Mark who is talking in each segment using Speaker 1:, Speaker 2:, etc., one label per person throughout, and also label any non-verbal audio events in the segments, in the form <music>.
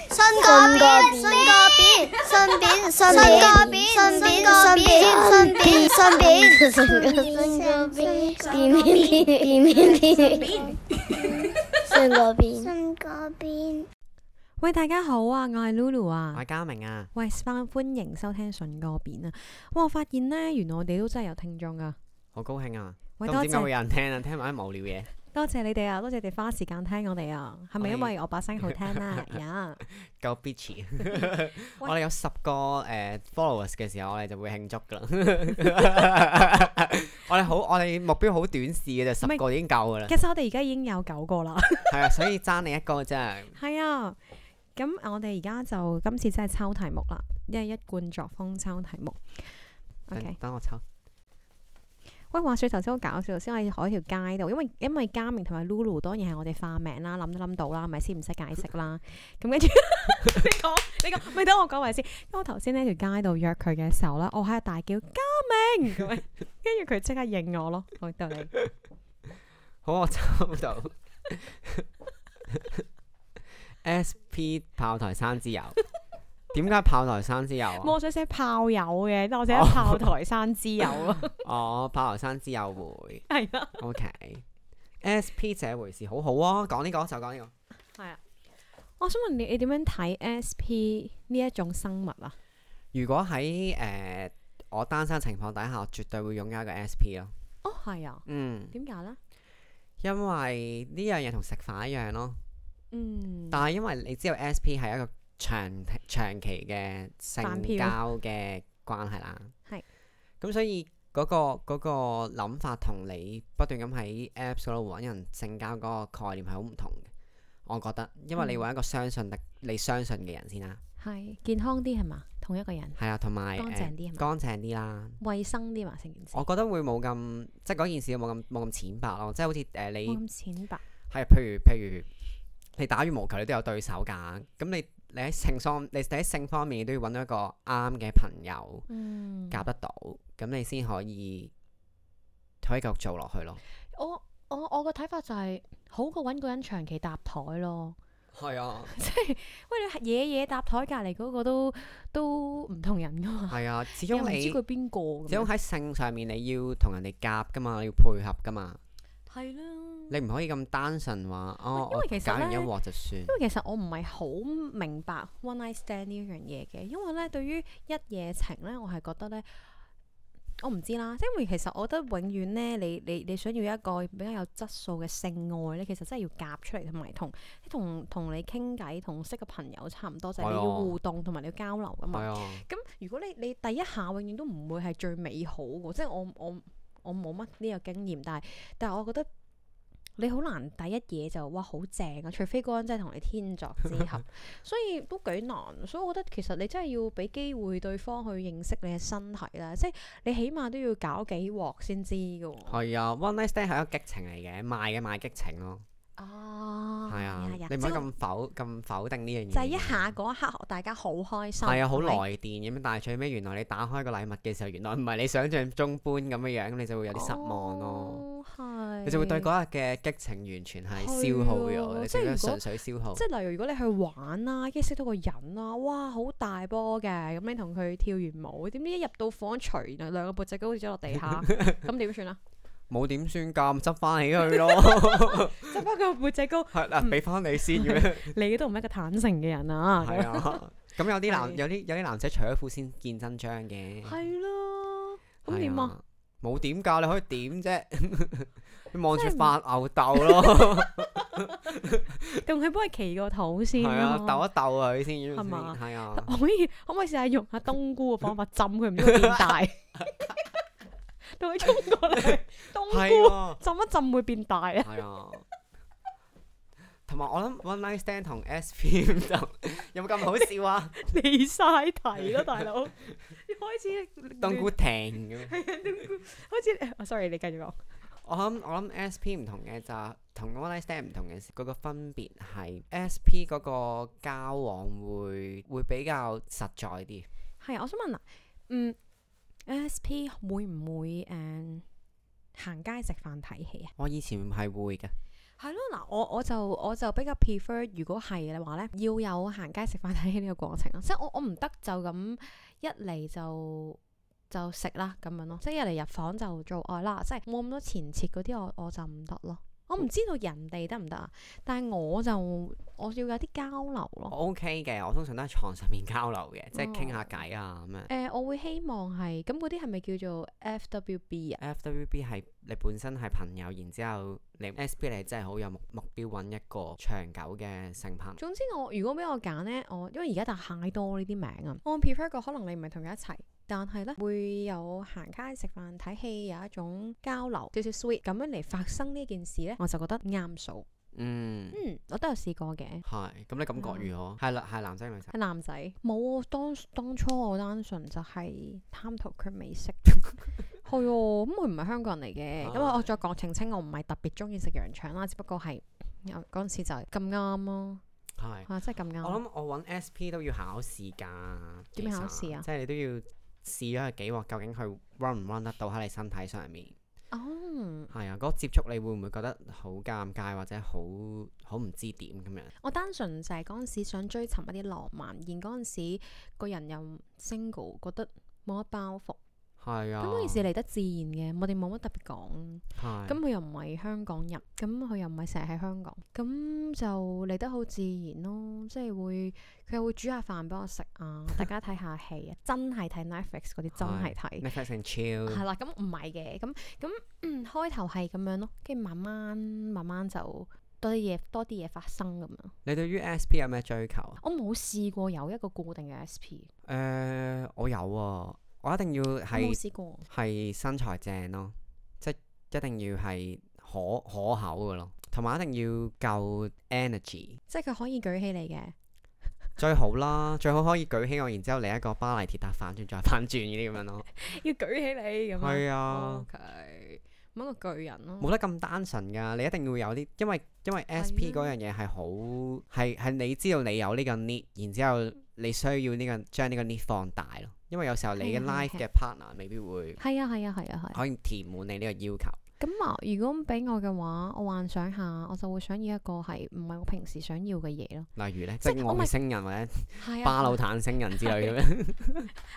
Speaker 1: 信個便，信個便，信便，信個便，信便，信便，信便，信便，信個便，
Speaker 2: 邊邊邊邊，信個邊。
Speaker 1: 信個便。
Speaker 3: 喂，大家好啊，我係 Lulu 啊
Speaker 4: 我。係嘉明啊，
Speaker 3: 喂，翻歡迎收聽信個片啊！哇，我發現呢，原來我哋都真係有聽眾噶。
Speaker 4: 好高興啊！
Speaker 3: 喂，
Speaker 4: 都唔
Speaker 3: 多
Speaker 4: 知點解
Speaker 3: 謝
Speaker 4: 會有人聽啊，聽埋啲無聊嘢，
Speaker 3: 多謝你哋啊，多謝你哋花時間聽我哋啊。係咪
Speaker 4: 我哋
Speaker 3: 因為我把聲好聽
Speaker 4: <laughs>
Speaker 3: 啦？呀，
Speaker 4: 夠
Speaker 3: <laughs>
Speaker 4: bitchy。我哋有十個誒 followers 嘅時候，我哋就會慶祝噶啦。
Speaker 3: <laughs>
Speaker 4: 我哋好，我哋目標好短視嘅啫，
Speaker 3: 唔係
Speaker 4: 十個已經夠噶啦。
Speaker 3: 其實我哋而家已經有九個啦。 <laughs>
Speaker 4: 係啊，所以爭你一個啫。
Speaker 3: 係啊，咁我哋而家就今次真係抽題目啦，因為一貫作風抽題目。
Speaker 4: 等
Speaker 3: OK，
Speaker 4: 等我抽。
Speaker 3: 喂，話説頭先好搞笑，頭先我喺嗰條街度，因為因為嘉明同埋 Lulu 當然係我哋化名啦，諗都諗到啦，咪先唔使解釋啦。咁跟住 <laughs> 你講你講，咪等我講埋先。因為我頭先喺條街度約佢嘅時候咧，我喺度大叫嘉明咁樣，跟住佢即刻應我咯。好到你， <laughs>
Speaker 4: 好，我抽到 <laughs> SP 炮台山之友。點解炮台山之友啊？
Speaker 3: 我想寫炮友嘅，但我寫咗炮台山之友咯， <laughs>
Speaker 4: 哦，炮台山之友會。
Speaker 3: 係啊啦。
Speaker 4: OK，SP 這回事好好啊，講呢個就講呢個。
Speaker 3: 系啊，我想問你，你點樣睇 SP 呢一種生物啊？
Speaker 4: 如果喺誒、呃我單身情況底下，我絕對會擁有一個 SP 咯。
Speaker 3: 哦，係啊，
Speaker 4: 嗯，
Speaker 3: 點解咧？
Speaker 4: 因為呢樣嘢同食飯一樣咯。
Speaker 3: 嗯，
Speaker 4: 但係因為你知道 SP 係一個長長期嘅
Speaker 3: 飯
Speaker 4: 性
Speaker 3: 票
Speaker 4: 交嘅關係啦。
Speaker 3: 係。
Speaker 4: 咁所以嗰、個嗰、個諗法同你不斷咁喺 Apps 嗰度揾人性交嗰個概念係好唔同嘅。我覺得，因為你
Speaker 3: 嗯
Speaker 4: 揾一個相信力、你相信嘅人先啦。
Speaker 3: 係健康啲係嘛？同一個人
Speaker 4: 係啊，同埋
Speaker 3: 乾淨啲係
Speaker 4: 誒
Speaker 3: 嘛
Speaker 4: 乾淨啲啦。
Speaker 3: 衞生啲嘛？成件事
Speaker 4: 我覺得會冇咁，即係嗰件事冇咁冇咁淺白咯，即係好似誒、呃你
Speaker 3: 冇咁淺白。
Speaker 4: 係譬如譬如你打羽毛球你都有對手㗎，咁你你喺性方你喺性方面你都要揾到一個啱嘅朋友
Speaker 3: 嗯，
Speaker 4: 夾得到，咁你先可以可以繼續做落去咯。
Speaker 3: 我我我個睇法就係、好過揾個人長期搭台咯。
Speaker 4: 係啊，
Speaker 3: 喂，你夜夜搭台隔離嗰個都都唔同人噶嘛，
Speaker 4: 係啊，始
Speaker 3: 又
Speaker 4: 終
Speaker 3: 唔知
Speaker 4: 你
Speaker 3: 佢邊個咁
Speaker 4: 始終
Speaker 3: 樣。
Speaker 4: 喺性上面你要同人哋夾㗎嘛，你要配合㗎嘛，
Speaker 3: 係啦。
Speaker 4: 你唔可以咁單純話哦，
Speaker 3: 因為其
Speaker 4: 我
Speaker 3: 實
Speaker 4: 搞完一
Speaker 3: 呢
Speaker 4: 鑊就算。
Speaker 3: 因為其實我唔係好明白 one night stand 呢樣嘢嘅，因為咧對於一夜情咧，我係覺得咧，我唔知啦。即係因為其實我覺得永遠咧，你你你想要一個比較有質素嘅性愛咧，其實真係要夾出嚟，同埋同同同你傾偈，同識嘅朋友差唔多，就係、你
Speaker 4: 係
Speaker 3: 要
Speaker 4: 啊
Speaker 3: 互動同埋你要交流噶嘛
Speaker 4: 係。啊，
Speaker 3: 咁如果你你第一下永遠都唔會係最美好嘅，即係我我我冇乜呢個經驗，但係但係我覺得你好難第一嘢就哇好正啊，除非嗰個人真係同你天作之
Speaker 4: <laughs>
Speaker 3: 合，所以都幾難。所以我覺得其實你真係要俾機會對方去認識你嘅身體啦，即係你起碼都要搞幾鑊先知嘅喎。
Speaker 4: 係啊，one night stand 係一個激情嚟嘅，賣嘅賣激情咯。
Speaker 3: 啊，
Speaker 4: 係啊
Speaker 3: 呀，
Speaker 4: 你唔
Speaker 3: 即
Speaker 4: 可以
Speaker 3: 係
Speaker 4: 咁否咁否定呢樣嘢。
Speaker 3: 就係一下嗰一刻，大家好開心。
Speaker 4: 係啊，好
Speaker 3: 係咪
Speaker 4: 來電咁，但係最尾原來你打開個禮物嘅時候，原來唔係你想象中般咁樣樣，咁你就會有啲失望咯。
Speaker 3: 哦，係。
Speaker 4: 你就會對嗰日嘅激情完全係消耗
Speaker 3: 係啊
Speaker 4: 咗，你
Speaker 3: 即係
Speaker 4: 成
Speaker 3: 如
Speaker 4: 咗
Speaker 3: 果
Speaker 4: 純粹消耗
Speaker 3: 即。係例如，如果你去玩啦，跟住識到個人啦，哇，好大波嘅，咁你同佢跳完舞，點知一入到房除，原來兩個缽仔糕好似咗落地
Speaker 4: <laughs>
Speaker 3: 下，咁點算啊？
Speaker 4: 冇點算㗎，執翻起佢咯。
Speaker 3: 執翻個缽仔糕，
Speaker 4: <laughs> 係啦，俾翻你先咁樣。
Speaker 3: 你都唔係一個坦誠嘅人啊，
Speaker 4: 係啊，咁有啲
Speaker 3: 係
Speaker 4: 男有啲有啲男仔除咗褲先見真章嘅。
Speaker 3: 係咯，
Speaker 4: 係
Speaker 3: 咁點啊？
Speaker 4: 啊？冇點㗎，你可以點啫？ <laughs> 你望住發吽豆咯，
Speaker 3: <laughs> 定係幫佢祈個肚先
Speaker 4: 係啊，
Speaker 3: 咯
Speaker 4: 鬥一鬥佢先，
Speaker 3: 係嘛
Speaker 4: 係啊。
Speaker 3: 可唔可以可唔可以試下用下冬菇嘅方法浸佢，唔知佢變
Speaker 4: <laughs>
Speaker 3: 大，到佢衝過嚟，冬
Speaker 4: 係
Speaker 3: 菇
Speaker 4: 啊，
Speaker 3: 浸一浸會變大啊！
Speaker 4: 係啊。同埋我諗 One Night Stand 同 SP 唔同， <laughs> 有冇咁好
Speaker 3: <laughs>
Speaker 4: 笑啊？
Speaker 3: 離晒題啦，大佬，你開始
Speaker 4: 冬菇停咁。
Speaker 3: 好 <laughs> 似啊，sorry，你繼續講。
Speaker 4: 我諗我諗 SP 唔同嘅就係同 One Night Stand 唔同嘅事，嗰個分別係 SP 嗰個交往會會比較實在啲。
Speaker 3: 係啊，我想問啊，嗯，SP 嗯會唔會誒行街食飯睇戲啊？
Speaker 4: 我以前係會嘅，
Speaker 3: 係咯，嗱，我我就我就比較 prefer，如果係嘅話咧，要有行街食飯睇戲呢個過程啊咯，即係我我唔得就咁一嚟就就食啦咁樣咯，即係一嚟入房就做愛啦，即係冇咁多前設嗰啲，我我就唔得咯。我唔知道人哋得唔得啊，但係我就我要有啲交流
Speaker 4: 我
Speaker 3: 咯。
Speaker 4: OK 嘅，我通常都喺床上面交流
Speaker 3: 哦
Speaker 4: 嘅，即係傾下偈啊咁
Speaker 3: 誒、。
Speaker 4: 樣
Speaker 3: 呃我會希望係咁嗰啲係咪叫做 FWB 啊？
Speaker 4: FWB 係你本身係朋友，然之後你 SP 你真係好有目目標揾一個長久嘅性朋友。
Speaker 3: 總之我如果俾我揀呢，我因為而家就太多呢啲名啊，我 prefer 個可能你唔係同佢一齊，但係呢會有行街食飯睇戲有一種交流，少少 sweet 咁樣嚟發生呢件事呢，我就覺得啱數。
Speaker 4: 嗯，
Speaker 3: 嗯，我都有試過嘅，
Speaker 4: 係。咁你感覺如
Speaker 3: 嗯
Speaker 4: 何？係啦，係男仔定女仔？
Speaker 3: 係男仔冇啊，當當初我單純就係貪圖佢美
Speaker 4: <laughs>
Speaker 3: 食。係喎，咁佢唔係香港人嚟嘅，咁
Speaker 4: 啊
Speaker 3: 我我再講澄清，我唔係特別中意食羊腸啦，只不過係有嗰陣時就係咁啱咯，
Speaker 4: 係。
Speaker 3: 啊真係咁啱。
Speaker 4: 我諗我揾 SP 都要考試㗎。
Speaker 3: 點樣考
Speaker 4: 其實
Speaker 3: 試啊
Speaker 4: 即係你都要試咗佢幾鑊，究竟佢 run 唔 run 得到喺你身體上面？
Speaker 3: 哦
Speaker 4: 係啊，嗰、個接觸你會唔會覺得好尷尬或者好好唔知點咁樣？
Speaker 3: 我單純就係嗰陣時想追尋一啲浪漫，而嗰陣時個人又 single，覺得冇乜包袱，
Speaker 4: 係啊，
Speaker 3: 咁嗰件事嚟得自然嘅，我哋冇乜特別講。
Speaker 4: 係
Speaker 3: 咁佢又唔係香港人，咁佢又唔係成日喺香港，咁就嚟得好自然咯，即係會佢又會煮下飯俾我食 <laughs> 啊，大家睇下戲啊，真係睇 Netflix 嗰啲真係睇。
Speaker 4: Netflix and chill
Speaker 3: 係啦，咁唔係嘅，咁咁嗯開頭係咁樣咯，跟住慢慢慢慢就多啲嘢多啲嘢發生咁樣。
Speaker 4: 你對於 SP 有咩追求啊？
Speaker 3: 我冇試過有一個固定嘅 SP，
Speaker 4: 誒、我有啊，我一定要
Speaker 3: 我冇
Speaker 4: 係
Speaker 3: 試過。
Speaker 4: 係身材正咯，即係一定要係可可口嘅咯，同埋一定要夠 energy
Speaker 3: 即係佢可以舉起你嘅，
Speaker 4: 最好啦，最好可以舉起我，然之後嚟一個巴黎鐵塔反轉再反轉呢啲咁樣咯。
Speaker 3: <laughs> 要舉起你咁樣。
Speaker 4: 係
Speaker 3: 哦
Speaker 4: 啊，
Speaker 3: ，OK，咁一個巨人咯。
Speaker 4: 冇得咁單純㗎，你一定會有啲，因為因
Speaker 3: 啊
Speaker 4: 為 SP 嗰樣嘢係好係係你知道你有呢個 need，然之後你需要呢、個將呢個 need 放大咯，因為有時候你嘅
Speaker 3: 係啊
Speaker 4: life
Speaker 3: 係
Speaker 4: 嘅 partner 未必會
Speaker 3: 係啊係啊係啊係啊。
Speaker 4: 可以填滿你呢個要求。
Speaker 3: 咁啊，如果俾我嘅話，我幻想下，我就會想要一個係唔係我平時想要嘅嘢咯。
Speaker 4: 例如咧，
Speaker 3: 即
Speaker 4: 即
Speaker 3: 係
Speaker 4: 係
Speaker 3: 我咪
Speaker 4: 外星人或者
Speaker 3: 係啊。啊
Speaker 4: 巴魯坦星人之
Speaker 3: <laughs>
Speaker 4: 類咁樣。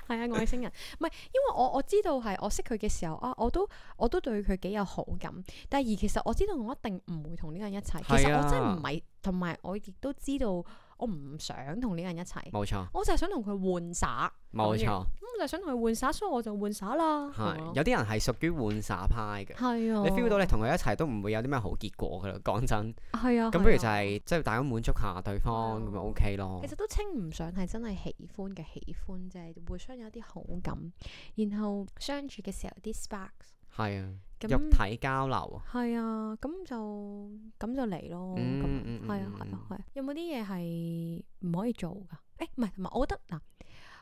Speaker 3: 係啊，外星人，唔係，因為我我 <laughs> 知道係我識佢嘅時候啊，我都我都對佢幾有好感，但係而其實我知道我一定唔會同呢個人一齊，其實
Speaker 4: 係啊
Speaker 3: 我真係唔係，同埋我亦都知道我唔想同呢個人一齊，
Speaker 4: 冇錯，
Speaker 3: 我就係想同佢玩耍，
Speaker 4: 冇
Speaker 3: 咁樣
Speaker 4: 錯，
Speaker 3: 咁我就係想同佢玩耍，所以我就玩耍啦，
Speaker 4: 係
Speaker 3: 係嘛
Speaker 4: 有啲人係屬於玩耍派嘅。
Speaker 3: 係啊，
Speaker 4: 你 feel 到你同佢一齊都唔會有啲咩好結果㗎啦，講真。
Speaker 3: 係啊，
Speaker 4: 咁不
Speaker 3: 係
Speaker 4: 如
Speaker 3: 啊哦
Speaker 4: 就係即係大家滿足下對方咁咪 OK 咯
Speaker 3: 其。實都稱唔上係真係喜歡嘅喜歡，就係互相有啲好感，然後相處嘅時候有啲 sparks，
Speaker 4: 係啊，
Speaker 3: 咁
Speaker 4: 肉體交流啊。
Speaker 3: 係啊，咁就哦咁就嚟咯，
Speaker 4: 嗯
Speaker 3: 咁
Speaker 4: 嗯
Speaker 3: 樣係啊
Speaker 4: 嗯
Speaker 3: 係啊
Speaker 4: 嗯
Speaker 3: 係啊。有冇啲嘢係唔可以做㗎？誒唔係唔係，我覺得嗱，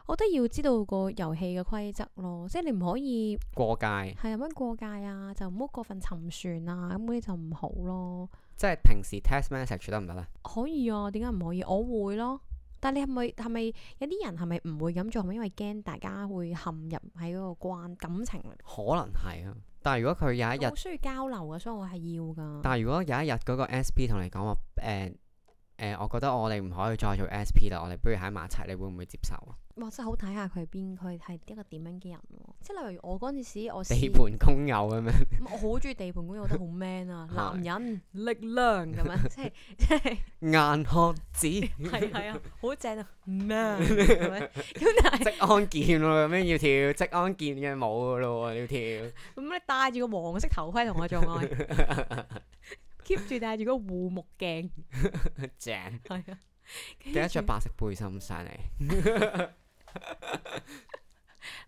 Speaker 3: 我覺得要知道個遊戲嘅規則咯，即係你唔可以
Speaker 4: 過界，
Speaker 3: 係有乜過界啊，就唔好過分沉船啊，咁嗰啲就唔好咯。
Speaker 4: 即係平時 text message 得唔得咧？
Speaker 3: 可以啊，點解唔可以？我會咯。但你係咪係咪有啲人係咪唔會咁做？係咪因為驚大家會陷入喺嗰個關感情裏？
Speaker 4: 可能係啊，但係如果佢有一日嗯
Speaker 3: 我，需要交流嘅，所以我係要㗎。
Speaker 4: 但係如果有一日嗰個 SP 同你講話，誒誒，我覺得我哋唔可以再做 SP 啦，我哋不如喺埋一齊，你會唔會接受啊？
Speaker 3: 哇！真係好睇下佢係邊，佢係一個點樣嘅人喎。即係例如我嗰陣時，我
Speaker 4: 地
Speaker 3: 試
Speaker 4: 盤工友咁樣，
Speaker 3: 咁我好中意地盤工，我覺得
Speaker 4: <laughs>
Speaker 3: 好 man 啊，
Speaker 4: 係
Speaker 3: 男人力量咁
Speaker 4: <laughs>
Speaker 3: 樣，即係即係
Speaker 4: 硬殼子，
Speaker 3: 係係啊，好正啊，man
Speaker 4: <laughs>
Speaker 3: 咁樣。咁但係
Speaker 4: 職安健咯，咁樣要跳職安健嘅舞噶咯喎，要跳。
Speaker 3: 咁你戴住個黃色頭盔同我做
Speaker 4: <laughs>
Speaker 3: 愛，keep 住戴住個護目鏡，
Speaker 4: 正，
Speaker 3: <laughs> 係啊。
Speaker 4: 記得着白色背心上嚟，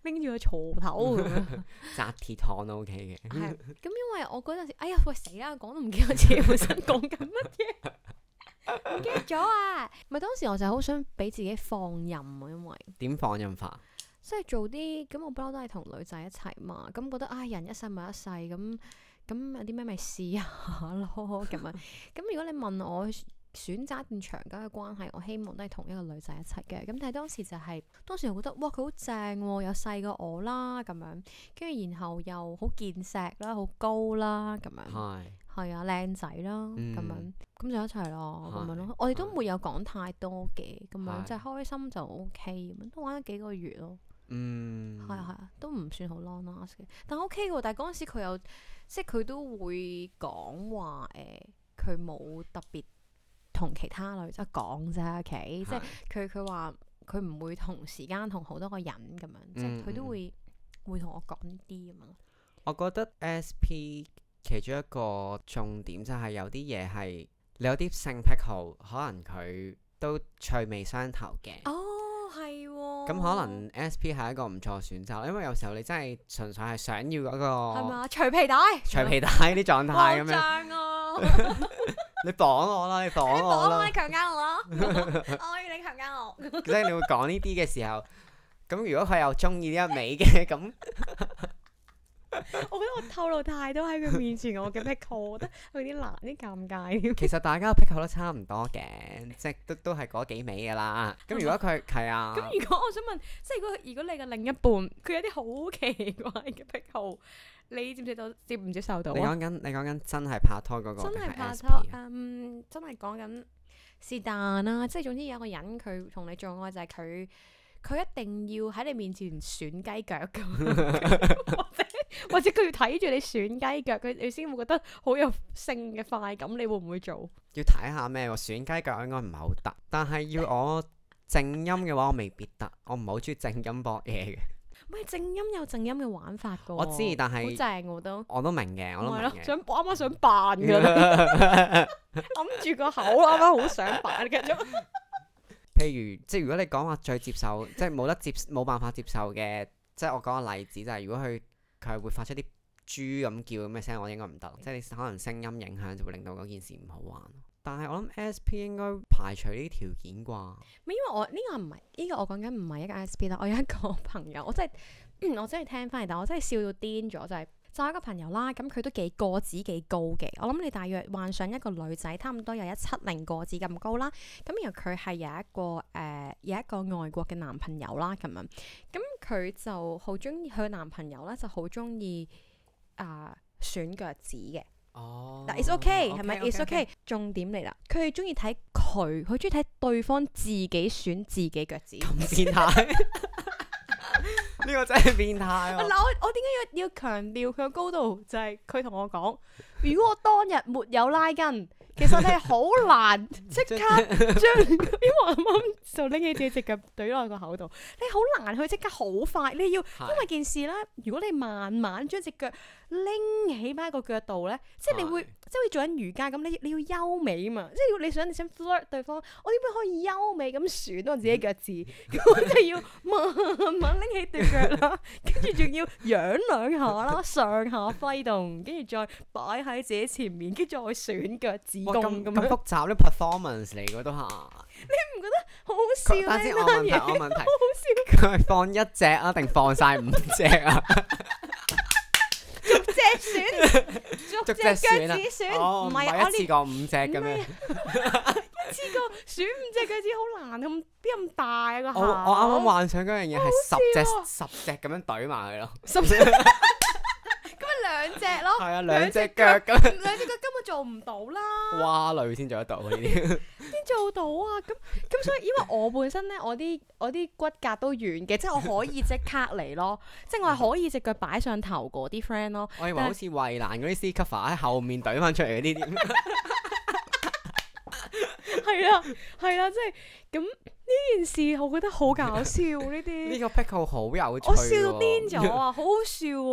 Speaker 3: 拎住個鋤頭咁 <laughs> 樣，
Speaker 4: 扎鐵糖都 OK 嘅。
Speaker 3: 係咁因為我嗰陣時，哎呀喂死啦，講都唔記得自己本身講緊乜嘢，唔記得咗啊！咪當時我就好想俾自己放任啊，因為
Speaker 4: 點放任法？
Speaker 3: 即係做啲咁我不嬲都係同女仔一齊嘛，咁覺得唉、人一世咪一世咁，咁有啲咩咪試下咯咁樣。咁如果你問我選擇一段長久嘅關係，我希望都係同一個女仔一齊嘅。咁但係當時就係、當時我覺得哇佢好正喎，又細過我啦咁樣，跟住然後又好健碩啦，好高啦咁樣，
Speaker 4: 係
Speaker 3: 係啊，靚仔啦，咁樣
Speaker 4: 嗯
Speaker 3: 咁就一齊咯，咁樣咯
Speaker 4: 係。
Speaker 3: 我哋都
Speaker 4: 係
Speaker 3: 沒有講太多嘅，咁樣
Speaker 4: 係
Speaker 3: 就係開心就 O K 咁樣，都玩咗幾個月咯。
Speaker 4: 嗯，
Speaker 3: 係啊係啊，都唔算好 long last 嘅，但 OK 喎。但係嗰陣時佢有，即係佢都會講話誒，佢、冇特別同其他女仔講啫，OK，即係佢佢話佢唔會同時間同好多個人咁樣，即係
Speaker 4: 嗯
Speaker 3: 佢都
Speaker 4: 嗯嗯
Speaker 3: 會會同我講呢啲咁樣咯。
Speaker 4: 我覺得 S.P. 其中一個重點就係有啲嘢係你有啲性癖好，可能佢都趣味相投嘅。
Speaker 3: 哦，係喎。
Speaker 4: 咁可能 S.P. 係一個唔錯選擇，因為有時候你真係純粹係想要嗰
Speaker 3: 係咪
Speaker 4: 個
Speaker 3: 啊？除皮帶，
Speaker 4: 除皮帶啲狀態咁
Speaker 3: 好
Speaker 4: <laughs> 樣，
Speaker 3: 脹啊！
Speaker 4: <laughs> 你綁我啦，你綁
Speaker 3: <laughs> 你
Speaker 4: 我
Speaker 3: 綁我，
Speaker 4: 啦
Speaker 3: 你，強姦我啦！ <laughs> 我要你強姦我。
Speaker 4: 即係你會講呢啲嘅時候，咁如果佢又中意呢一味嘅， <laughs> 咁
Speaker 3: 我覺得我透露太多喺佢面前我嘅癖好，我覺得有啲難，啲尷尬添。
Speaker 4: 其實大家嘅癖好都差唔多嘅，即係都都係嗰幾味噶啦。咁如果佢係啊，
Speaker 3: 咁如果我想問，即係如果如果你嘅另一半佢有啲好奇怪嘅癖好，你接唔接到接唔接受到
Speaker 4: 你
Speaker 3: 啊？
Speaker 4: 講緊你講緊真係拍拖嗰個
Speaker 3: 真
Speaker 4: 定
Speaker 3: 係
Speaker 4: 係
Speaker 3: 拍
Speaker 4: SP
Speaker 3: 拖
Speaker 4: 啊，
Speaker 3: 嗯，真係講緊是但啦，即係總之有個人佢同你做愛就係佢，佢一定要喺你面前選雞腳咁
Speaker 4: <laughs>
Speaker 3: 樣，或者或者佢要睇住你選雞腳，佢你先會覺得好有性嘅快感，你會唔會做？
Speaker 4: 要睇下咩喎？選雞腳應該唔係好得，但係要我靜音嘅話，我未必得。我唔係好中意靜音搏
Speaker 3: <laughs>
Speaker 4: 嘢嘅，
Speaker 3: 喂，正音有正音嘅玩法噶，
Speaker 4: 我知但係
Speaker 3: 哦好正我都。
Speaker 4: 我都明嘅，我都
Speaker 3: 咪
Speaker 4: 明
Speaker 3: 咯，
Speaker 4: 嘅。
Speaker 3: 想我啱啱想扮噶
Speaker 4: <laughs>
Speaker 3: 啦，揞住個口，啱啱好想扮，跟住
Speaker 4: 譬如即係如果你講話最接受，即係冇得接冇辦法接受嘅，即係我講個例子就係、如果佢佢係會發出啲豬咁叫咁嘅聲，我應該唔得。即係你可能聲音影響就會令到嗰件事唔好玩。但係我諗 S.P. 應該排除呢啲條件啩。
Speaker 3: 咪因為我呢、個唔係呢個我講緊唔係一個 ISP 啦，我有一個朋友，我真係、嗯我真係聽翻嚟，但我真係笑到癲咗，就係、就有一個朋友啦，咁佢都幾個子幾高嘅，我諗你大約幻想一個女仔差唔多有一七零個子咁高啦，咁然後佢係有一個誒、呃有一個外國嘅男朋友啦咁樣，咁佢就好中意佢男朋友咧就好中意啊選腳趾嘅。
Speaker 4: 哦
Speaker 3: 嗱，it's okay，係咪？it's okay。重點嚟啦，佢係中意睇佢，佢中意睇對方自己選自己腳趾。
Speaker 4: 咁啊變態， <laughs> 呢個真係變態
Speaker 3: 我
Speaker 4: 喎！
Speaker 3: 嗱，我我點解要要強調佢嘅高度？就係佢同我講，如果我當日沒有拉筋，其實你係好
Speaker 4: <laughs>
Speaker 3: 難即刻將，因為我啱啱就拎起自己隻腳懟落個口度，你好難去即刻好快，你要因為件事咧，如果你慢慢將只腳拎起翻個腳度咧，即係你會
Speaker 4: 係
Speaker 3: 即係好似做緊瑜伽咁，你你要優美嘛，即係如果你想你想 flirt 對方，哦我點樣可以優美咁選我自己腳
Speaker 4: <laughs>
Speaker 3: 趾？咁我就要慢慢拎起對腳啦，跟住仲要仰兩下啦，上下揮動，跟住再擺喺自己前面，跟住再選腳趾
Speaker 4: 哇，
Speaker 3: 公
Speaker 4: 咁
Speaker 3: 咁樣
Speaker 4: 咁，複雜啲 performance 嚟嘅都係。
Speaker 3: 好好笑啊
Speaker 4: 佢
Speaker 3: 呢
Speaker 4: 等陣先，我
Speaker 3: 單
Speaker 4: 問題，
Speaker 3: 嘢，好
Speaker 4: 我問題，
Speaker 3: 笑。
Speaker 4: 佢係放一隻啊，定放晒五隻
Speaker 3: <laughs>
Speaker 4: 啊？
Speaker 3: 隻選，逐
Speaker 4: <laughs> 逐
Speaker 3: 隻
Speaker 4: 隻
Speaker 3: 腳
Speaker 4: 選啊
Speaker 3: 趾選，
Speaker 4: 哦
Speaker 3: 唔係
Speaker 4: 係
Speaker 3: 我
Speaker 4: 一次
Speaker 3: 連
Speaker 4: 過五隻咁
Speaker 3: 唔係
Speaker 4: 樣。
Speaker 3: 啊一次過選五隻腳趾好難，啊咁邊咁大啊個
Speaker 4: 我
Speaker 3: 口？
Speaker 4: 我啱啱幻想嗰樣嘢
Speaker 3: 好
Speaker 4: 係
Speaker 3: 好
Speaker 4: 十隻十隻咁樣懟埋佢咯。
Speaker 3: 十隻，咁咪兩隻咯。
Speaker 4: <laughs> 係啊，
Speaker 3: 兩
Speaker 4: 兩
Speaker 3: 隻
Speaker 4: 隻
Speaker 3: 腳
Speaker 4: 腳咁樣。
Speaker 3: 兩隻腳根本做唔到啦，
Speaker 4: 蛙類先做得到呢啲。 <laughs>
Speaker 3: 邊做到啊？咁咁所以，因為我本身咧，我啲我啲骨骼都軟嘅，即係我可以即刻嚟咯， <laughs> 即係我係可以隻腳擺上頭嗰啲 friend 咯。
Speaker 4: 我以為好似衞蘭嗰啲 C cover 喺後面懟翻出嚟嗰啲點。
Speaker 3: 係啦，係啊啦，即係咁呢件事，我覺得好搞笑呢
Speaker 4: 呢
Speaker 3: 啲，
Speaker 4: 個 pickle 好有趣。
Speaker 3: 我笑到癲咗。啊，好好笑喎、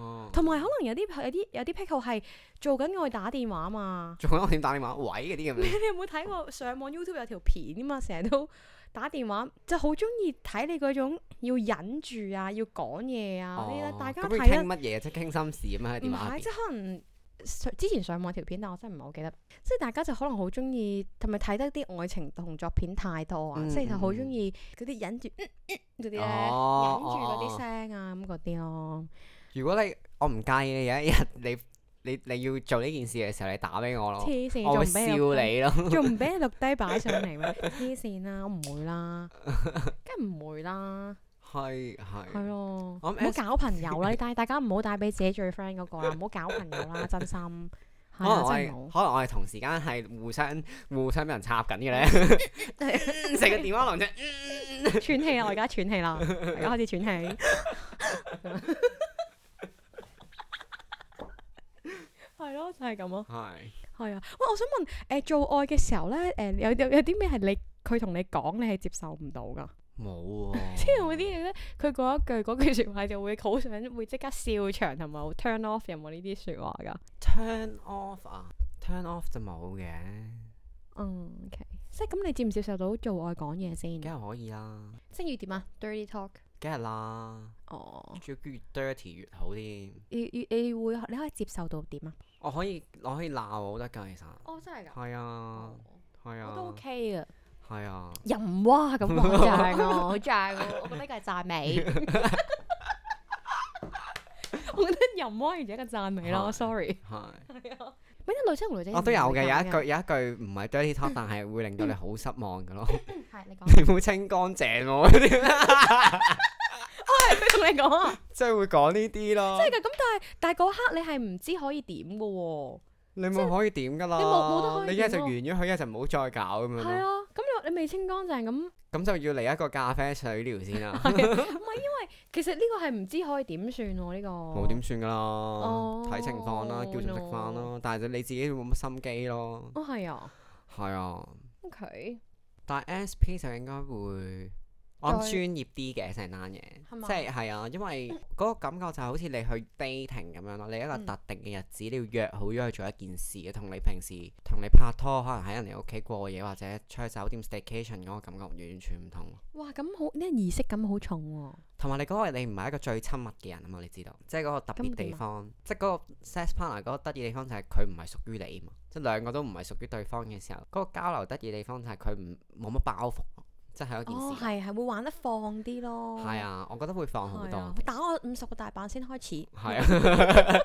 Speaker 4: 哦。，
Speaker 3: 同埋可能有啲有啲有啲癖好係做緊我打電話嘛
Speaker 4: 仲有我點打電話？喂嗰啲咁
Speaker 3: <laughs> 你
Speaker 4: 樣。
Speaker 3: 有冇睇過上網 YouTube 有條片啊嘛，成日都打電話，就好中意睇你嗰種要忍住啊，要講嘢啊嗰啲咧，
Speaker 4: 哦
Speaker 3: 大家
Speaker 4: 咁要
Speaker 3: 睇
Speaker 4: 傾
Speaker 3: 啊，
Speaker 4: 乜嘢？即係傾心事咁啊樣喺
Speaker 3: 唔
Speaker 4: 電話入
Speaker 3: 係
Speaker 4: 邊
Speaker 3: 即係可能上。之前上網條片，但我真係唔係好記得，即係大家就可能好中意，同埋睇得啲愛情動作片太多啊，
Speaker 4: 嗯
Speaker 3: 即係就好
Speaker 4: 嗯
Speaker 3: 中意嗰啲忍住嗯嗰啲咧，忍住嗰
Speaker 4: 哦
Speaker 3: 啲聲啊咁嗰啲咯。
Speaker 4: 如果你我唔介意你有一日你你 <laughs> 你要做呢件事嘅時候，你打俾我咯，
Speaker 3: 黐線，
Speaker 4: 哦
Speaker 3: 仲
Speaker 4: 我會
Speaker 3: 唔
Speaker 4: 笑
Speaker 3: 俾入去
Speaker 4: 你咯。
Speaker 3: 仲唔俾你錄低擺上嚟咩？黐線啦，我唔會啦，
Speaker 4: <laughs>
Speaker 3: 梗係唔會啦，
Speaker 4: <laughs> 係
Speaker 3: 係啊
Speaker 4: 係。
Speaker 3: 咯，唔
Speaker 4: 我
Speaker 3: 好
Speaker 4: 諗 S-
Speaker 3: 啊 <laughs> 搞朋友啦，但係大家唔好帶俾自己最 friend 嗰個啦，唔好搞朋友啦，真心
Speaker 4: 可能我
Speaker 3: 真
Speaker 4: 哋
Speaker 3: 係 <laughs> 冇
Speaker 4: 可能我哋同時間係互相互相俾人插緊嘅咧，
Speaker 3: <laughs>
Speaker 4: 嗯成個電話龍啫，嗯
Speaker 3: 喘氣啦，我而家喘氣啦， <laughs> 我而家開始喘 <laughs> 氣。係咯，就係咁咯，
Speaker 4: 嗯係
Speaker 3: 係啊。喂，我想問，誒、做愛嘅時候咧，誒、有有有啲咩係你佢同你講，你係接受唔到㗎？
Speaker 4: 冇
Speaker 3: <laughs> 即係會
Speaker 4: 喎。
Speaker 3: 啲嘢咧，佢講一句嗰句説話就會好想會即刻笑場同埋好 turn off，有冇呢啲説話㗎？
Speaker 4: turn off 啊，turn off 就冇嘅，
Speaker 3: 嗯，OK，即係咁，你接唔接受到做愛講嘢先？
Speaker 4: 梗係可以啦，
Speaker 3: 即要點啊？Dirty talk。
Speaker 4: 梗係啦，
Speaker 3: 哦，
Speaker 4: 最越 dirty 越好添。
Speaker 3: 你你你會你可以接受到點啊？
Speaker 4: 我可以我可以鬧我得㗎，其實
Speaker 3: 哦，真係㗎，
Speaker 4: 係啊係
Speaker 3: 我都
Speaker 4: 啊
Speaker 3: OK 啊。
Speaker 4: 係啊，
Speaker 3: 淫哇咁好正喎，好正喎！我覺得呢個係讚美。我覺得淫哇而家個讚美咯
Speaker 4: 係
Speaker 3: ，sorry。
Speaker 4: 係。啊
Speaker 3: 咩女仔同女仔
Speaker 4: 我都有嘅，有一句
Speaker 3: 句
Speaker 4: 有一句唔係 dirty talk，但係會令到你好失望嘅咯。 <laughs>
Speaker 3: 係你講，
Speaker 4: 你冇清乾淨我嗰啲，
Speaker 3: 同你講啊，
Speaker 4: <laughs> 即係會講呢啲
Speaker 3: 即係
Speaker 4: 咯。
Speaker 3: 㗎。咁但係但係嗰刻你係唔知可以點嘅喎，
Speaker 4: 你冇可以點㗎啦，
Speaker 3: 你冇冇得可以
Speaker 4: 你一係就
Speaker 3: 點咯
Speaker 4: 完咗佢，一係就唔好再搞咁樣
Speaker 3: 係
Speaker 4: 咯。
Speaker 3: 啊。咁你你未清乾淨咁。
Speaker 4: 咁就要嚟一個咖啡水療先
Speaker 3: <laughs>
Speaker 4: 啦，
Speaker 3: 啊
Speaker 4: <laughs>
Speaker 3: 其實呢個係唔知可以點算喎？呢個
Speaker 4: 冇點算㗎
Speaker 3: 哦
Speaker 4: 啦，睇情況啦，叫佢食飯啦。但係你自己冇乜心機咯，
Speaker 3: 哦，係啊
Speaker 4: 係啊。
Speaker 3: ，OK，
Speaker 4: 但係 SP 就應該會，我諗
Speaker 3: 再
Speaker 4: 專業啲嘅成單嘢，
Speaker 3: 係嘛
Speaker 4: 即係係啊，
Speaker 3: <coughs>
Speaker 4: 因為嗰個感覺就係好似你去 dating 咁樣咯，你一個
Speaker 3: 嗯
Speaker 4: 特定嘅日子你要約好咗去做一件事，同你平時同你拍拖可能喺人哋屋企過夜或者出去酒店 staycation 嗰個感覺完全唔同。
Speaker 3: 哇，咁好呢個儀式感好重喎、
Speaker 4: 同埋你嗰個你唔係一個最親密嘅人啊嘛，你知道，即係嗰個特別
Speaker 3: 咁點
Speaker 4: 地
Speaker 3: 啊
Speaker 4: 方，即係嗰個 sex partner 嗰個得意地方就係佢唔係屬於你啊嘛，即係兩個都唔係屬於對方嘅時候，嗰、個交流得意地方就係佢唔冇乜包袱，即係嗰件
Speaker 3: 哦，
Speaker 4: 事。
Speaker 3: 係係會玩得放啲咯，
Speaker 4: 係啊，我覺得會放好
Speaker 3: 係啊
Speaker 4: 多。，
Speaker 3: 打我五十個大板先開始，<laughs>
Speaker 4: 係啊，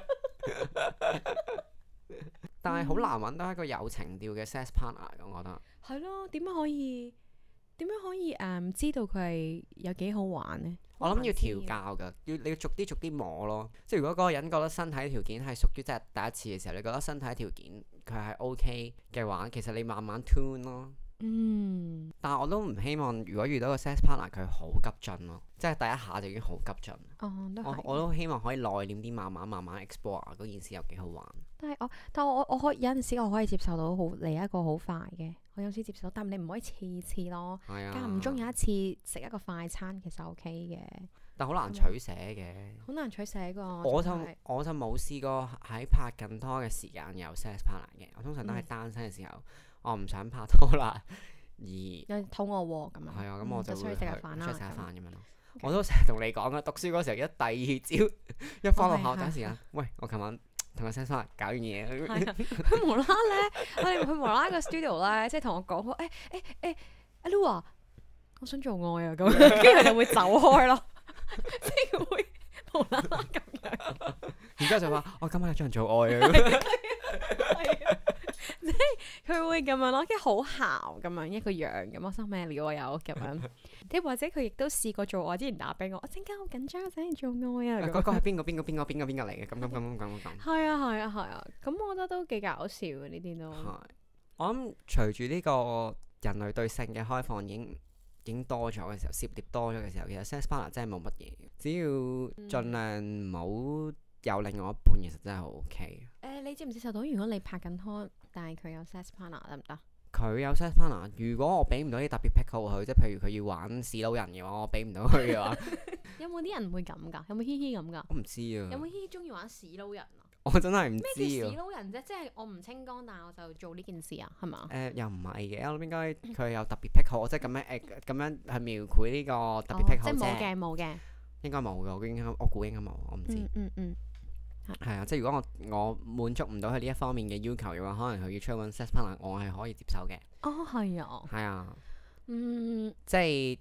Speaker 4: 但係好難揾到一個有情調嘅 sex partner 㗎我覺得
Speaker 3: 係咯，點樣可以點樣可以誒、嗯知道佢係有幾好玩呢？
Speaker 4: 我諗
Speaker 3: 好
Speaker 4: 要
Speaker 3: 難先
Speaker 4: 調教㗎，要你要逐啲逐啲摸咯。即係如果嗰個人覺得身體條件係屬於即係第一次嘅時候，你覺得身體條件佢係 OK 嘅話，其實你慢慢 tune 咯。
Speaker 3: 嗯，
Speaker 4: 但係我都唔希望，如果遇到個 sex partner 佢好急進咯，即係第一下就已經好急進。
Speaker 3: 哦，都
Speaker 4: 我
Speaker 3: 係，
Speaker 4: 我都希望可以內斂啲，慢慢慢慢 explore 嗰件事有幾好玩。
Speaker 3: 但係我但我我可以有陣時我可以接受到好嚟一個好快嘅，我有時接受到，但係你唔可以次次咯，
Speaker 4: 係啊，
Speaker 3: 間唔中有一次食一個快餐其實 OK 嘅。
Speaker 4: 但好難取
Speaker 3: 咁
Speaker 4: 捨嘅。
Speaker 3: 好難取捨噶，
Speaker 4: 我
Speaker 3: 真
Speaker 4: 就
Speaker 3: 係
Speaker 4: 我就冇試過喺拍緊拖嘅時間有 sex partner 嘅，我通常都係
Speaker 3: 嗯
Speaker 4: 單身嘅時候，我唔想拍拖啦，而係
Speaker 3: 有肚餓喎咁樣。
Speaker 4: 啊，咁
Speaker 3: 嗯
Speaker 4: 我就
Speaker 3: 出
Speaker 4: 會
Speaker 3: 去
Speaker 4: 去
Speaker 3: 食下飯啦。
Speaker 4: 出去食
Speaker 3: 咁樣
Speaker 4: 下飯咁樣咯。
Speaker 3: OK
Speaker 4: 我都成日同你講嘅，啊讀書嗰時候一第二朝 <laughs> 一翻到
Speaker 3: 係
Speaker 4: 下午
Speaker 3: 哦係
Speaker 4: 第一時間，喂，我琴晚同個 sex partner 搞完嘢，
Speaker 3: 係啊， <laughs> 佢無啦咧，我哋佢無啦啦個 studio 咧，即係 <laughs> 同我講話，誒誒誒，阿 Lu 啊，我想做愛啊咁
Speaker 4: <laughs>
Speaker 3: 樣，跟住佢就會走開咯， <laughs> 即係會無啦啦咁樣。
Speaker 4: 而家就
Speaker 3: <laughs>
Speaker 4: 話哦我今晚有人做愛啊，咁
Speaker 3: 係啊 <laughs> 即係佢會咁樣咯，跟住好姣咁樣一個樣咁，我心咩料啊有咁
Speaker 4: <laughs>
Speaker 3: 樣，即係或者佢亦都試過做愛，之前打俾我，我陣間好緊張，我想嚟做愛啊咁樣
Speaker 4: 嗰個係邊個邊個邊個邊個邊個嚟嘅，咁咁咁咁咁咁。
Speaker 3: 係啊係啊係啊，咁我覺得都幾搞笑嘅呢啲都，
Speaker 4: 係，我諗隨住呢個人類對性嘅開放已經已經多咗嘅時候，涉獵多咗嘅時候，其實 sex partner 真係冇乜嘢，只
Speaker 3: 嗯
Speaker 4: 要盡量唔好有另外一半，其實真係好 OK。
Speaker 3: 誒你接唔接受到？如果你拍緊拖，但係佢有 sex partner 得唔得？
Speaker 4: 佢有 sex partner，如果我俾唔到啲特別癖好佢，即係譬如佢要玩屎佬人嘅話，我俾唔到佢嘅
Speaker 3: <laughs>
Speaker 4: 話，
Speaker 3: 有冇啲人會咁㗎？有冇嘻嘻咁㗎？
Speaker 4: 我唔知
Speaker 3: 有
Speaker 4: 啊，
Speaker 3: 冇嘻嘻中意玩屎佬人啊？
Speaker 4: 我真係唔
Speaker 3: 咩叫
Speaker 4: 知
Speaker 3: 屎
Speaker 4: 啊。
Speaker 3: 佬人啫？即係我唔清乾，但係我就做呢件事啊，係嘛
Speaker 4: 誒、？又唔係嘅，我諗應該佢有特別癖好，即係咁樣
Speaker 3: <laughs>
Speaker 4: 誒咁、樣去描繪呢個特別癖
Speaker 3: 哦
Speaker 4: 好
Speaker 3: 即係冇
Speaker 4: 啫。
Speaker 3: 嘅冇嘅，
Speaker 4: 應該冇嘅，我應該我估應該冇，我唔知。
Speaker 3: 嗯嗯嗯，
Speaker 4: 係啊，即係如果我我滿足唔到佢呢一方面嘅要求嘅話，可能佢要出去揾 sex partner，我係可以接受嘅。
Speaker 3: 哦係啊，
Speaker 4: 係啊，
Speaker 3: 嗯
Speaker 4: 即係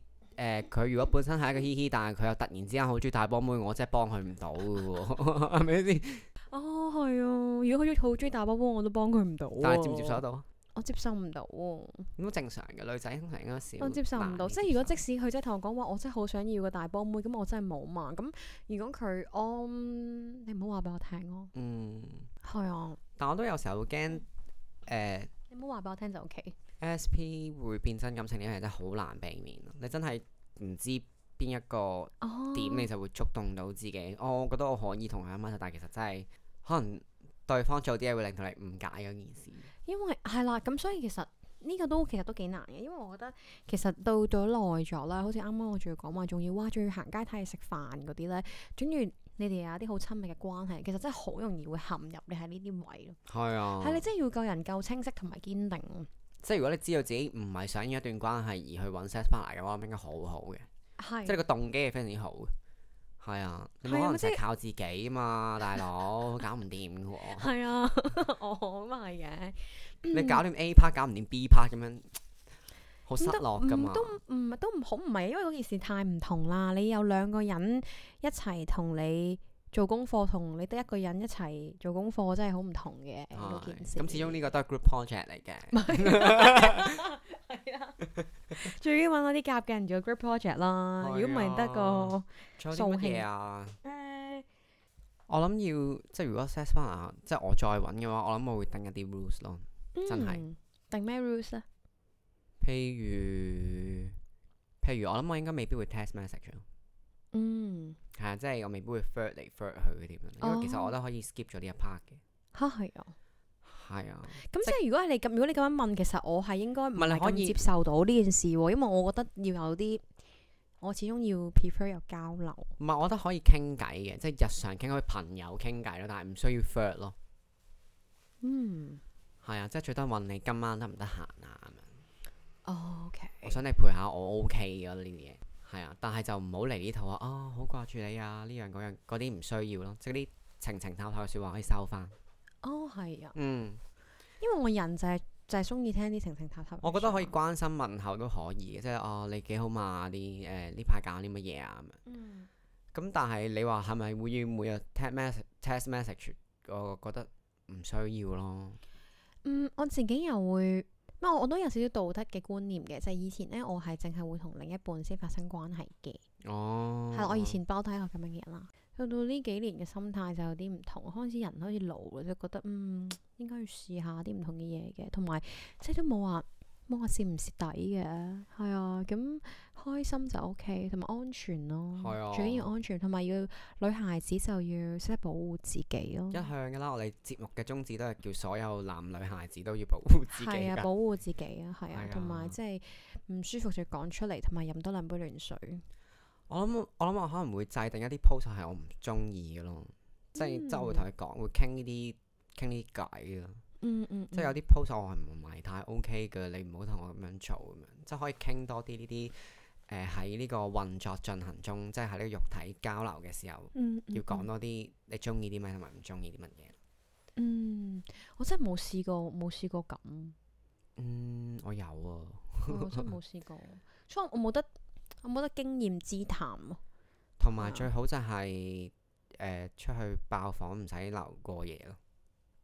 Speaker 4: 誒，佢、如果本身係一個嘻嘻，但係佢又突然之間好中意大波妹，我真係幫佢唔到嘅喎， <laughs> 係咪先？
Speaker 3: 哦係啊，如果佢好中意打波波，我都幫佢唔到。
Speaker 4: 但係接唔接受得？到？
Speaker 3: 我接受唔到喎，
Speaker 4: 咁都正常嘅，女仔通常應該少。
Speaker 3: 我哦接受唔到。即係如果即使佢真係同我講話，我真係好想要個大波妹，咁我真係冇嘛。咁如果佢安，你唔好話俾我聽咯。
Speaker 4: 嗯，
Speaker 3: 係啊，
Speaker 4: 但我都有時候會驚誒
Speaker 3: 你唔好話俾我聽就 OK。
Speaker 4: SP 會變真感情呢樣嘢真係好難避免咯。你真係唔知邊一個
Speaker 3: 哦，
Speaker 4: 點你就會觸動到自己。哦我覺得我可以同佢喺埋一齊，但係其實真係可能對方做啲嘢會令到你誤解嗰件事。
Speaker 3: 因為係啦，咁所以其實呢個都其實都幾難嘅，因為我覺得其實到咗耐咗啦，好似啱啱我仲要講話，仲要哇，仲要行街睇嘢食飯嗰啲咧，總之你哋有啲好親密嘅關係，其實真係好容易會陷入你喺呢啲位咯。
Speaker 4: 係啊
Speaker 3: 係、你真係要個人夠清晰同埋堅定咯。
Speaker 4: 即係如果你知道自己唔係想要一段關係而去揾 sex partner 嘅話，我諗應該好好嘅，即係
Speaker 3: 係
Speaker 4: 你個動機係非常之好嘅。係啊，你
Speaker 3: 係
Speaker 4: 冇
Speaker 3: 啊
Speaker 4: 可
Speaker 3: 咪
Speaker 4: 能
Speaker 3: 即
Speaker 4: 成
Speaker 3: 係
Speaker 4: 日靠自己啊嘛，大 <laughs> 佬搞唔掂嘅喎。
Speaker 3: 係啊， <laughs> 我咁啊係嘅。
Speaker 4: 你搞掂 A part，搞唔掂 B part 咁樣，好失落噶嘛
Speaker 3: 唔。都唔都唔好唔係，因為嗰件事太唔同啦。你有兩個人一齊同你做功課，同你得一個人一齊做功課，真係好唔同嘅嗰
Speaker 4: 係
Speaker 3: 件事。
Speaker 4: 咁始終呢個都係 group project 嚟嘅，
Speaker 3: <laughs> 係啊，最緊要揾嗰啲夾嘅人做 group project 啦。
Speaker 4: 係啊
Speaker 3: 如果唔係得個嗯
Speaker 4: 仲有啲乜嘢啊？
Speaker 3: 誒，
Speaker 4: 我諗要即係如果 sex partner 即係我再揾嘅話，我諗我會定一啲 rules 咯。真係
Speaker 3: 嗯定咩 rules 咧？
Speaker 4: 譬如譬如我諗我應該未必會 text message 咯。
Speaker 3: 嗯，
Speaker 4: 係啊，即係我未必會 flirt 嚟 flirt 去嗰啲咁樣，因為其實
Speaker 3: 哦
Speaker 4: 我覺得可以 skip 咗呢一 part 嘅。
Speaker 3: 嚇係啊。
Speaker 4: 係啊，
Speaker 3: 咁即係如果係你咁，如果你咁樣問，其實我係應該唔
Speaker 4: 唔係你
Speaker 3: 係
Speaker 4: 可
Speaker 3: 咁
Speaker 4: 以
Speaker 3: 接受到呢件事喎，因為我覺得要有啲，我始終要 prefer 有交流。
Speaker 4: 唔係我覺得可以傾偈嘅，即係日常傾可以朋友傾偈咯，但係唔需要 flirt 咯。
Speaker 3: 嗯
Speaker 4: 係啊，即係最多問你今晚得唔得閒啊咁樣，
Speaker 3: 哦，OK，
Speaker 4: 我想你陪下我 OK 嘅呢啲嘢。係啊，但係就唔好嚟呢套啊，啊好掛住你啊，呢樣嗰樣嗰啲唔需要咯，即係啲情情塔塔嘅説話可以收翻。
Speaker 3: 哦係啊，
Speaker 4: 嗯，
Speaker 3: 因為我人就係、就係中意聽啲情情塔塔。
Speaker 4: 我覺得可以，關心問候都可以嘅，即係哦你幾好嘛啲誒呢排搞啲乜嘢啊咁樣。
Speaker 3: 嗯，
Speaker 4: 咁但係你話係咪會要每日 text message text message？我覺得唔需要咯。
Speaker 3: 嗯，我自己又會，唔我我都有少少道德嘅觀念嘅，就係、以前咧，我係淨係會同另一半先發生關係嘅，
Speaker 4: 哦，
Speaker 3: 係啦、我以前包底係咁樣嘅人啦。到到呢幾年嘅心態就有啲唔同，開始人開始老啦，就覺得嗯應該要試下啲唔同嘅嘢嘅，同埋即係都冇話冇話蝕唔蝕底嘅，係啊，咁開心就 O K，同埋安全咯，
Speaker 4: 係啊
Speaker 3: 最緊要安全，同埋要女孩子就要識得保護自己咯
Speaker 4: 一，向嘅啦，我哋節目嘅宗旨都係叫所有男女孩子都要保護自己
Speaker 3: 係啊，
Speaker 4: 㗎。
Speaker 3: 保護自己啊，係啊
Speaker 4: 係，啊
Speaker 3: 同埋即係唔舒服就講出嚟，同埋飲多兩杯暖水，
Speaker 4: 我諗我諗我可能會制定一啲 post 係我唔中意嘅咯，即係即係我會同佢講，會傾呢啲傾呢啲偈咯。
Speaker 3: 嗯嗯，
Speaker 4: 即係有
Speaker 3: 啲
Speaker 4: 啲 post 我係唔係太 OK 嘅，你唔好同我咁樣做咁樣，即係可以傾多啲呢啲誒喺呢個運作進行中，即係喺呢個肉體交流嘅時候。
Speaker 3: 嗯
Speaker 4: 要講
Speaker 3: 咯，
Speaker 4: 多啲你中意啲咩同埋唔中意啲乜嘢。
Speaker 3: 嗯，我真係冇試過冇試過 <laughs> 咁。
Speaker 4: 嗯，我有啊，
Speaker 3: 我真係冇試過，所以我冇得我冇得經驗之談喎。
Speaker 4: 同埋
Speaker 3: 啊
Speaker 4: 最好就係、呃出去爆房唔使留過夜咯。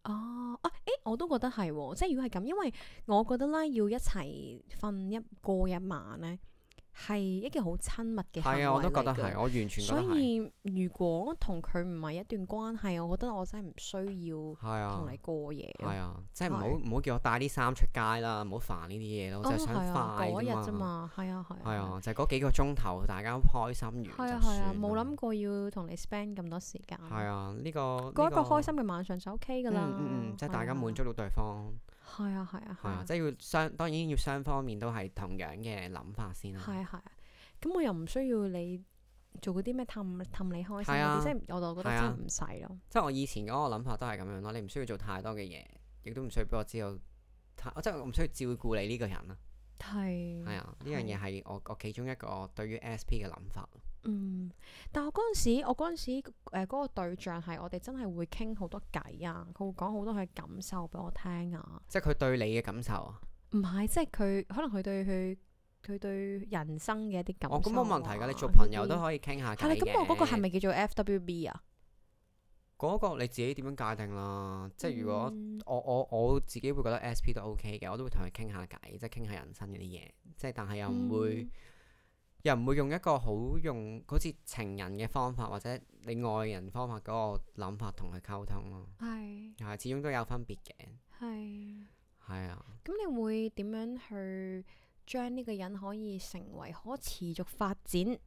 Speaker 3: 哦，啊，誒，我都覺得係喎，即係如果係咁，因為我覺得啦，要一齊瞓一過一晚咧，係一件好親密嘅行為
Speaker 4: 係啊，我都覺得
Speaker 3: 嚟㗎
Speaker 4: 係，我完全覺得
Speaker 3: 所
Speaker 4: 係。
Speaker 3: 以如果同佢唔係一段關係，我覺得我真係唔需要
Speaker 4: 係啊
Speaker 3: 同你，過夜咯。
Speaker 4: 係啊，即係唔好
Speaker 3: 係
Speaker 4: 唔好叫我帶啲衫出街啦，唔好煩呢啲嘢咯，
Speaker 3: 哦
Speaker 4: 就係想
Speaker 3: 係啊，
Speaker 4: 快
Speaker 3: 嗰日
Speaker 4: 啫
Speaker 3: 啫。嘛，係啊，係啊，
Speaker 4: 係啊，就係嗰幾個鐘頭，大家開心完就
Speaker 3: 係啊，係啊，
Speaker 4: 算
Speaker 3: 係啊，冇
Speaker 4: 啦
Speaker 3: 諗。過要同你 spend 咁多時間。
Speaker 4: 係啊，呢個
Speaker 3: 過一個
Speaker 4: 呢個
Speaker 3: 開心嘅晚上就 OK 噶
Speaker 4: 嗯
Speaker 3: 啦。
Speaker 4: 嗯嗯，即係大家
Speaker 3: 係啊
Speaker 4: 滿足到對方，
Speaker 3: 係啊係啊
Speaker 4: 係啊，即係要雙當然要雙方面都係同樣嘅諗法先啦。
Speaker 3: 係啊係啊，咁我又唔需要你做嗰啲咩氹氹你開心
Speaker 4: 係
Speaker 3: 嗰
Speaker 4: 啊
Speaker 3: 啲，即係我就覺得
Speaker 4: 係啊
Speaker 3: 真係唔使咯。
Speaker 4: 即係我以前嗰個諗法都係咁樣咯，你唔需要做太多嘅嘢，亦都唔需要俾我知道太，即係我唔需要照顧你呢個人啦。
Speaker 3: 嗯係
Speaker 4: 係啊，呢樣嘢係我我其中一個對於 SP 嘅諗法。
Speaker 3: 嗯，但我嗰陣時，我嗰陣時誒嗰、個對象係我哋真係會傾好多偈啊，佢會講好多佢嘅感受俾我聽啊。
Speaker 4: 即係佢對你嘅感受啊。
Speaker 3: 唔係，即係佢可能佢對佢佢對人生嘅一啲感受、
Speaker 4: 我
Speaker 3: 啊。
Speaker 4: 哦咁冇問題㗎，你做朋友都
Speaker 3: 以。
Speaker 4: 可以傾下
Speaker 3: 係啦，
Speaker 4: 偈嘅。
Speaker 3: 咁我嗰個係咪叫做 FWB 啊？
Speaker 4: 嗰個你自己點樣界定啦？即係如果
Speaker 3: 嗯
Speaker 4: 我我我自己會覺得 SP 都 OK 嘅，我都會同佢傾下偈，即係傾下人生嗰啲嘢，即係但係又唔會、
Speaker 3: 嗯
Speaker 4: 又唔會用一個好用好似情人嘅方法或者你愛人方法嗰個諗法同佢溝通咯，
Speaker 3: 係
Speaker 4: 係始終都有分別嘅，
Speaker 3: 係。
Speaker 4: 係啊。
Speaker 3: 咁你會點樣去將呢個人可以成為可持續發展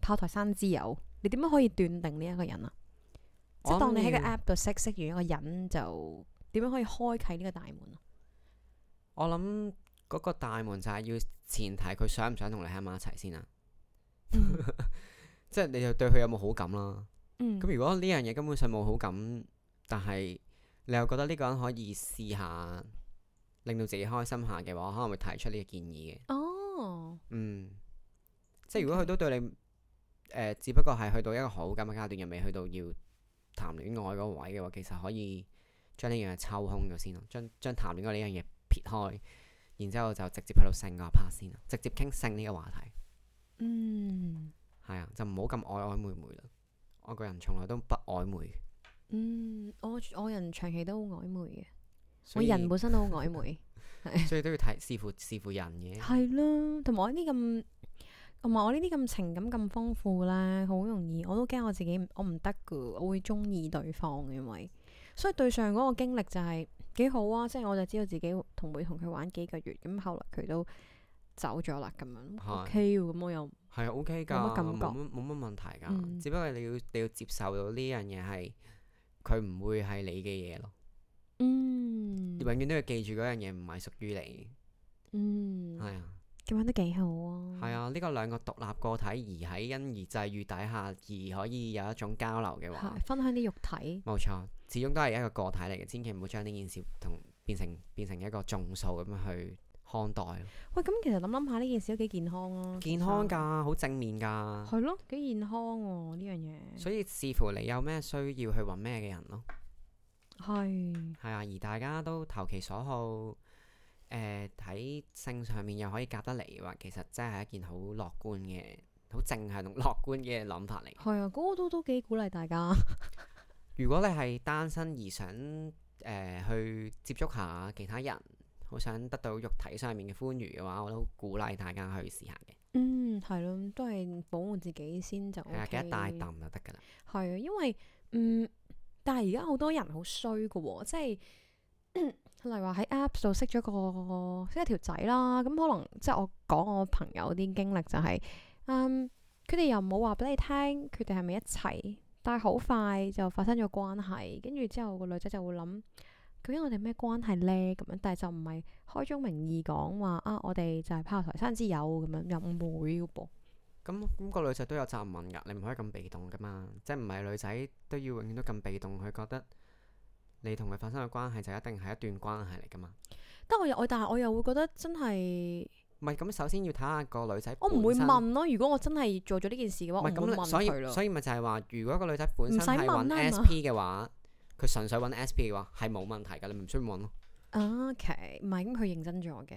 Speaker 3: 炮台山之友？你點樣可以斷定呢一個人啊？即係
Speaker 4: 我
Speaker 3: 當你喺個
Speaker 4: 諗要
Speaker 3: app 度識識完一個人，就點樣可以開啟呢個大門啊？
Speaker 4: 我諗嗰個大門就係要前提佢想唔想同你喺埋一齊先啊，
Speaker 3: <laughs>
Speaker 4: 即係你就對佢有冇好感啦。
Speaker 3: 嗯
Speaker 4: 咁如果呢樣嘢根本上冇好感，但係你又覺得呢個人可以試下，令到自己開心下嘅話，可能會提出呢個建議嘅。
Speaker 3: 哦，
Speaker 4: 嗯，即係如果佢都對你誒、呃只不過係去到一個好感嘅階段，又未去到要談戀愛嗰個位嘅話，其實可以將呢樣嘢抽空咗先咯，將將談戀愛呢樣嘢撇開，然之後就直接去到性嗰 part 先啦，啊直接傾性呢個話題。
Speaker 3: 嗯
Speaker 4: 係啊，就唔好咁曖曖昧昧啦。我個人從來都不曖昧，
Speaker 3: 嗯，我我人長期都好曖昧嘅，我
Speaker 4: 所以
Speaker 3: 人本身都好曖昧。
Speaker 4: 所以都要睇視乎視乎人嘅。
Speaker 3: 係啦，同埋我呢啲咁，同埋我呢啲咁情感咁豐富咧，好容易我都驚我自己唔我唔得噶，我會中意對方嘅，因為所以對上嗰個經歷就係、幾好啊，即係我就知道自己同會同佢玩幾個月，咁後來佢都走咗啦，咁樣
Speaker 4: 係
Speaker 3: OK 喎，咁我又
Speaker 4: 係啊 OK 㗎，
Speaker 3: 冇乜
Speaker 4: 冇
Speaker 3: 感
Speaker 4: 乜
Speaker 3: 覺
Speaker 4: 冇乜問題㗎。
Speaker 3: 嗯
Speaker 4: 只不過你要你要接受到呢樣嘢係佢唔會係你嘅嘢咯。
Speaker 3: 嗯
Speaker 4: 你永遠都要記住嗰樣嘢唔係屬於你。
Speaker 3: 嗯
Speaker 4: 係啊，
Speaker 3: 咁樣都幾好啊，
Speaker 4: 係啊，呢個兩個獨立個體而喺因而際遇底下而可以有一種交流嘅話
Speaker 3: 係，分享啲肉體，
Speaker 4: 冇錯，始終都係一個個體嚟嘅，千祈唔好將呢件事同變成變成一個眾數咁樣去看待咯。
Speaker 3: 喂，咁其實諗諗下呢件事都幾健康啊，
Speaker 4: 健康，㗎，好正面㗎。
Speaker 3: 係咯，幾健康喎呢樣嘢，
Speaker 4: 所以視乎你有咩需要去揾咩嘅人咯。
Speaker 3: 係。
Speaker 4: 係啊，而大家都投其所好，誒、喺性上面又可以夾得嚟嘅話，其實真係一件好樂觀嘅、好正向同樂觀嘅諗法嚟。
Speaker 3: 係啊，嗰、個都都幾鼓勵大家。
Speaker 4: 如果你係單身而想誒、呃去接觸下其他人，好想得到肉體上面嘅歡愉嘅話，我都鼓勵大家去試下嘅。
Speaker 3: 嗯，係咯，都係保護自己先就 O
Speaker 4: 係啊，
Speaker 3: K。
Speaker 4: 記得帶揼就得㗎啦。
Speaker 3: 係啊，因為嗯，但係而家好多人好衰嘅喎，即係例如話喺 Apps 度識咗個識一條仔啦，咁可能即係我講我朋友啲經歷就係、嗯，佢哋又冇話俾你聽，佢哋係咪一齊，但係好快就發生咗關係，跟住之後個女仔就會諗。究竟我哋咩關係呢？咁樣，但係就唔係開宗明義講話啊！我哋就係炮台山之友咁樣，又唔會嘅噃。
Speaker 4: 咁咁個女仔都有責問㗎，你唔可以咁被動㗎嘛，即係唔係女仔都要永遠都咁被動去覺得你同佢發生嘅關係就一定係一段關係嚟㗎嘛？
Speaker 3: 但我又我但係我又會覺得真係
Speaker 4: 唔係咁，首先要睇下個女仔，
Speaker 3: 我唔會，問咯。如果我真係做咗呢件事嘅話，
Speaker 4: 唔
Speaker 3: 我
Speaker 4: 係
Speaker 3: 唔會
Speaker 4: 咁，
Speaker 3: 問佢
Speaker 4: 所以
Speaker 3: 咯。
Speaker 4: 所以咪就係話，如果個女仔本身
Speaker 3: 唔使問
Speaker 4: 係揾
Speaker 3: 啦係嘛
Speaker 4: SP 嘅話，佢純粹揾 SP 嘅話係冇問題㗎，你唔需要問咯。
Speaker 3: 啊 OK，唔係咁佢認真咗嘅，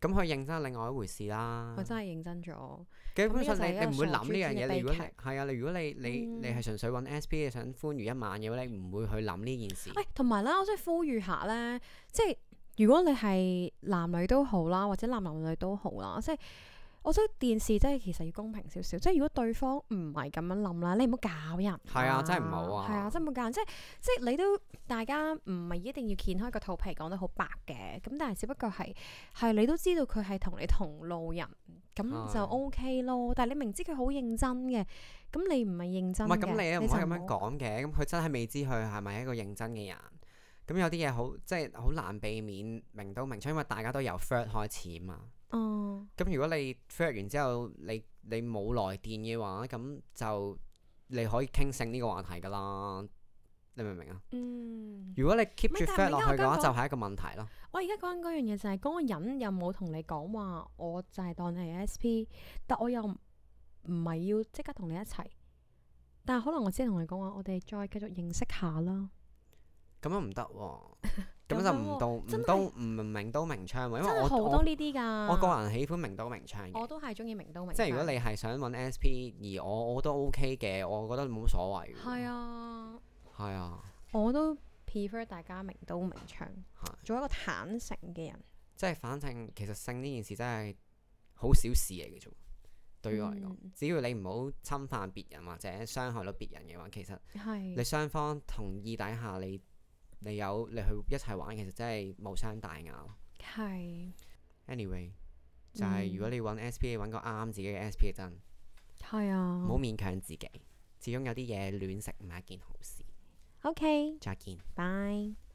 Speaker 4: 咁佢認真係另外一回事啦
Speaker 3: 我。真係認真咗。
Speaker 4: 基
Speaker 3: 呢個
Speaker 4: 本上
Speaker 3: 就係
Speaker 4: 你
Speaker 3: 一
Speaker 4: 你
Speaker 3: 個
Speaker 4: 唔會
Speaker 3: 傻
Speaker 4: 諗呢
Speaker 3: 豬
Speaker 4: 樣
Speaker 3: 嘅
Speaker 4: 嘢，
Speaker 3: 悲
Speaker 4: 你如果你
Speaker 3: 劇嗯
Speaker 4: 係啊，你如果你你你係純粹揾 SP 嘅想歡愉一晚嘅話，你唔會去諗呢件事。
Speaker 3: 喂，哎同埋啦，我真係呼籲下咧，即係如果你係男女都好啦，或者男男女女都好啦，即係我覺得電視真係其實要公平少少，即係如果對方唔係咁樣諗啦，你唔好搞人。
Speaker 4: 係啊真係唔好啊
Speaker 3: 係啊，真係冇搞人，即係即係你都大家唔係一定要掀開個肚皮講得好白嘅，咁但係只不過係係你都知道佢係同你同路人，咁就
Speaker 4: 係
Speaker 3: OK 咯。但係你明知佢好認真嘅，咁你唔係認真
Speaker 4: 唔
Speaker 3: 嘅，
Speaker 4: 係咁，你又唔
Speaker 3: 就
Speaker 4: 可以咁樣
Speaker 3: 唔好
Speaker 4: 講嘅。咁佢真係未知佢係咪一個認真嘅人。咁有啲嘢好即係好難避免明刀明槍，因為大家都由 flirt 開始嘛。
Speaker 3: 嗯
Speaker 4: 咁如果你 flirt 完之後，你你冇來電嘅話，咁就你可以傾性呢個話題㗎啦。你明唔明啊？
Speaker 3: 嗯。
Speaker 4: 如果你 keep 住
Speaker 3: 唔係但係唔
Speaker 4: flirt 落
Speaker 3: 係因
Speaker 4: 去嘅話，
Speaker 3: 為我
Speaker 4: 就係一個問題咯。
Speaker 3: 我而家講緊嗰樣嘢就係嗰個人有冇同你講話，我就係當你係 SP，但我又唔唔係要即刻同你一齊，但係可能我只係同你講話，我哋再繼續認識下啦。
Speaker 4: 咁樣唔得
Speaker 3: <laughs>
Speaker 4: 喎，咁
Speaker 3: 咁
Speaker 4: 就
Speaker 3: 樣
Speaker 4: 唔
Speaker 3: 喎
Speaker 4: 到唔
Speaker 3: 真
Speaker 4: 到
Speaker 3: 係
Speaker 4: 唔明刀明槍喎。
Speaker 3: 真
Speaker 4: 因為
Speaker 3: 係
Speaker 4: 我
Speaker 3: 好多
Speaker 4: 我
Speaker 3: 呢啲㗎。
Speaker 4: 我個人喜歡明刀明槍嘅
Speaker 3: 我。都係中意明刀明槍。
Speaker 4: 即係如果你係想揾 SP，而我我都 OK 嘅，我覺得冇乜所謂。
Speaker 3: 係啊，
Speaker 4: 係啊，
Speaker 3: 我都 prefer 大家明刀明槍，
Speaker 4: 係
Speaker 3: 做一個坦誠嘅人。
Speaker 4: 即係反正其實性呢件事真係好小事嚟嘅啫喎。對於我嚟講，
Speaker 3: 嗯
Speaker 4: 只要你唔好侵犯別人或者傷害到別人嘅話，其實你
Speaker 3: 係
Speaker 4: 雙方同意底下，你你有你去一齊玩，其實真係無傷大雅咯。
Speaker 3: 係
Speaker 4: Anyway，就係如果你揾 SPA 揾個啱自己嘅 SPA 真，
Speaker 3: 係
Speaker 4: 唔好
Speaker 3: 啊。
Speaker 4: 勉強自己。始終有啲嘢亂食唔係一件好事。
Speaker 3: OK，
Speaker 4: 再見。
Speaker 3: 拜。